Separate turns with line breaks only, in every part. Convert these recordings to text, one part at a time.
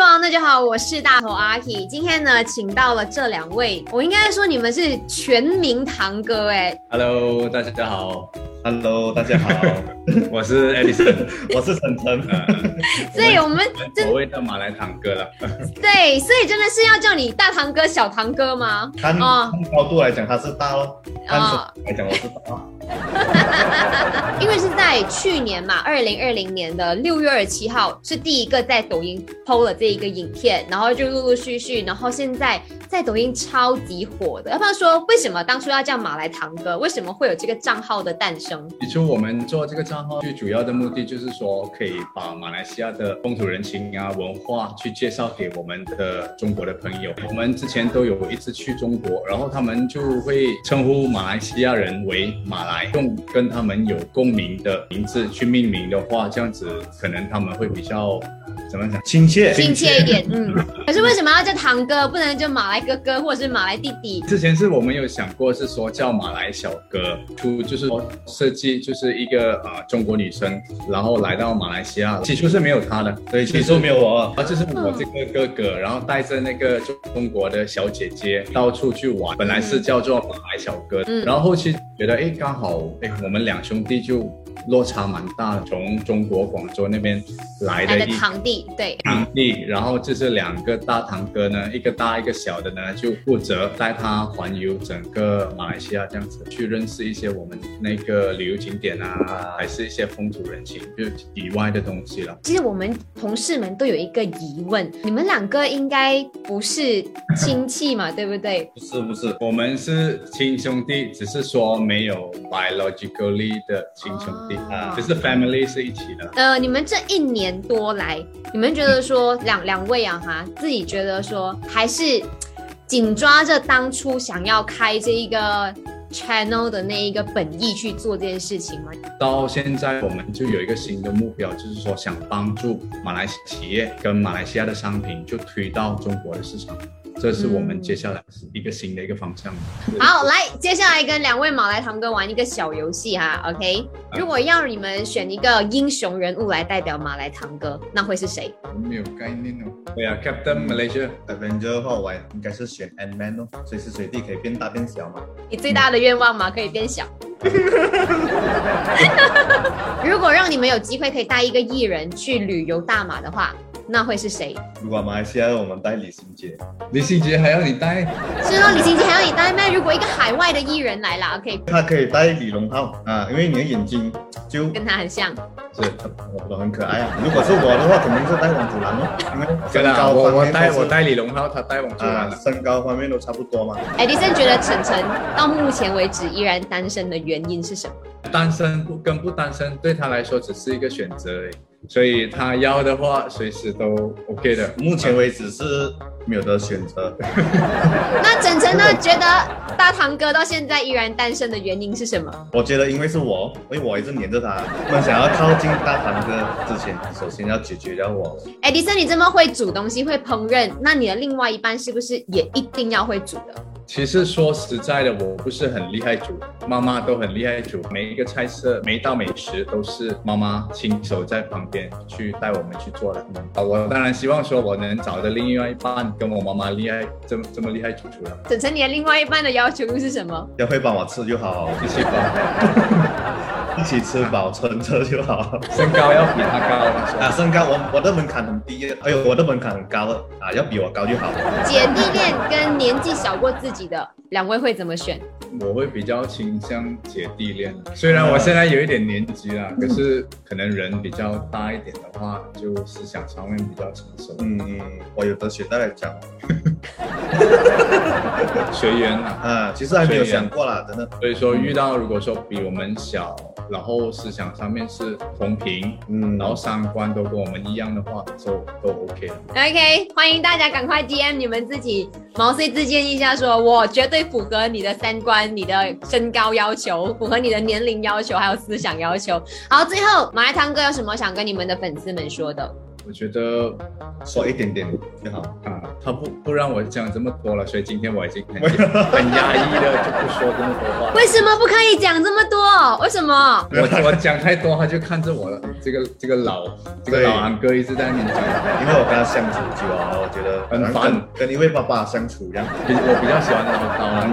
王，大家好，我是大头阿 K。今天呢，请到了这两位，我应该说你们是全民堂哥哎。
Hello，大家好，
Hello，大家 好，
我是 Edison，
我是晨晨。
呃，
所以我们真
所谓的马来堂哥了。
对，所以真的是要叫你大堂哥、小堂哥吗？
看
哦
看高度来讲，他是大咯；看
哦
深来讲，我是大。
因为是在去年嘛，二零二零年的六月二十七号是第一个在抖音 PO 了这一个影片，然后就陆陆续续，然后现在在抖音超级火的。要不然说为什么当初要叫马来堂哥？为什么会有这个账号的诞生？
起初我们做这个账号，最主要的目的就是说，可以把马来西亚的风土人情啊、文化去介绍给我们的中国的朋友。我们之前都有一次去中国，然后他们就会称呼马来西亚人为马来，用跟他们有共鸣的名字去命名的话，这样子可能他们会比较怎么讲？
亲切，
亲切一点，嗯。可是为什么要叫堂哥，不能叫马来哥哥或者是马来弟弟？
之前是我们有想过是说叫马来小哥，初就是说设计就是一个呃中国女生，然后来到马来西亚，起初是没有她的，对，
起初没有我，
啊，就是我这个哥哥，然后带着那个中国的小姐姐到处去玩，本来是叫做马来小哥，
嗯
然后后期觉得哎刚好哎我们两兄弟就落差蛮大的，从中国广州那边来
来
的
的
一
堂弟，对，
堂弟，然后就是两个大堂哥呢，一个大一个小的呢，就负责带他环游整个马来西亚这样子，去认识一些我们那个旅游景点啊，还是一些风土人情就以外的东西了。
其实我们同事们都有一个疑问，你们两个应该不是亲戚嘛，对不对？
不是不是，
我们是亲兄弟，只是说没有 biologically 的亲兄弟
哦
啊，只是 family 是一起的。
呃，你们这一年多来，你们觉得说两两位啊哈，自己觉得说还是紧抓着当初想要开这一个 channel 的那一个本意去做这件事情吗？
到现在，我们就有一个新的目标，就是说想帮助马来西亚企业跟马来西亚的商品就推到中国的市场，这是我们接下来一个新的一个方向。
好，来，接下来跟两位马来堂哥玩一个小游戏哈，OK？如果要你们选一个英雄人物来代表马来堂哥，那会是谁？
没有概念哦。对啊，Captain Malaysia，
Avenger 的话，我应该是选 Ant Man 哦，随时随地可以变大变小嘛。
你最大的愿望嘛，可以变小。如果让你们有机会可以带一个艺人去旅游大马的话，那会是谁？
如果马来西亚我们带李心洁，
李心洁还要你带，
是让李心洁还要你带吗？如果一个海外的艺人来了，OK，
他可以带李荣浩啊，因为你的眼睛就
跟他很像。
是
嗯
我很可爱啊。如果是我的话，肯定是带王祖蓝哦，因为身
真的，
高
我
方
我
面
带
都是
我带李荣浩，他带王祖蓝
啊，
了。
身高方面都差不多嘛。
Edison 觉得晨晨到目前为止依然单身的原因是什么？
单身不跟不单身对他来说只是一个选择而已，所以他要的话随时都 OK 的。
目前为止是没有得选择，
那晨晨呢？觉得大堂哥到现在依然单身的原因是什么？
我觉得因为是我，因为我一直黏着他，他们想要靠近大堂哥之前，首先要解决掉我。
Edison，你这么会煮东西，会烹饪，那你的另外一半是不是也一定要会煮的？
其实说实在的，我不是很厉害煮，妈妈都很厉害煮，每一个菜色、每一道美食都是妈妈亲手在旁边去带我们去做的。嗯啊，我当然希望说我能找的另外一半跟我妈妈厉害这么这么厉害煮出来，
晨晨，你的另外一半的要求又是什么？
要会帮我吃就好，
一起吧。
一起吃饱撑着就好。
身高要比她高，她说
啊，身高我我的门槛很低，哎呦，我的门槛很高的啊，要比我高就好。
姐弟恋跟年纪小过自己的两位会怎么选？
我会比较倾向姐弟恋。虽然我现在有一点年纪了，可是可能人比较大一点的话，就思想上面比较成熟。
嗯，我有得选再来讲
学员啊。
啊，其实还没有想过啦，真的。
所以说，遇到如果说比我们小，然后思想上面是同频，
嗯，
然后三观都跟我们一样的话，就都 OK 了。
OK，欢迎大家赶快 DM 你们自己毛遂自荐一下说，我绝对符合你的三观、你的身高要求，符合你的年龄要求，还有思想要求。好，最后马来堂哥有什么想跟你们的粉丝们说的？
我觉得
说一点点就好。
啊，他不不让我讲这么多了，所以今天我已经很很压抑的就不说这么多话了。
为什么不可以讲这么多？为什么？
我我讲太多，他就看着我这个这个老这个
对
老安哥一直在那边讲，
因为我跟他相处久了，我觉得
很烦
跟跟一位爸爸相处这样。
比我比较喜欢老老安
嗯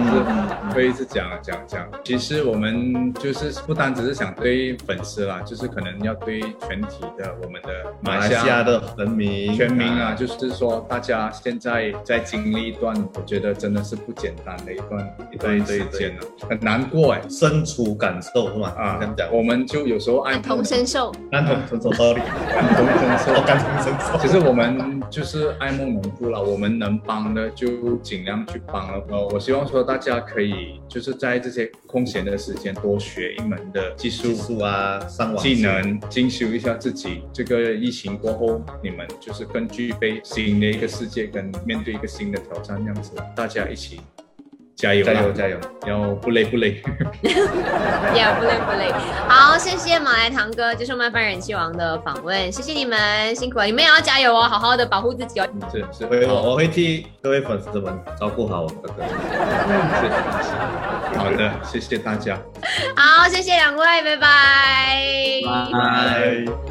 是会一直讲讲讲。其实我们就是不单只是想对粉丝啦，就是可能要对全体的我们的
马来西亚的人民，
全民啊，，就是说大家现在在经历一段，我觉得真的是不简单的一段一段
对
时
对对
间了，啊很难过哎、
身处感受是吗？
啊，
这样讲，
我们就有时候爱
感哎同身受，
感同身受，sorry，
感同身
我
受。
感同身受。
其实我们就是爱慕农夫了，我们能帮的就尽量去帮了。呃，我希望说大家可以就是在这些空闲的时间多学一门的技术
技术啊，上网
技能，精修一下自己。这个疫情过后，你们就是更具备新的一个世界，跟面对一个新的挑战，这样子，大家一起加油啦，
加 油加油！
要不累不累。
yeah, 不累不累。好，谢谢马来堂哥，这是我们班人气王的访问，谢谢你们辛苦了，你们也要加油哦，好好的保护自己哦。
嗯是是，
我会
好
我会替各位粉丝们照顾好我哥哥。
是 是好的，谢谢大家。
好，谢谢两位，拜拜。
拜
拜。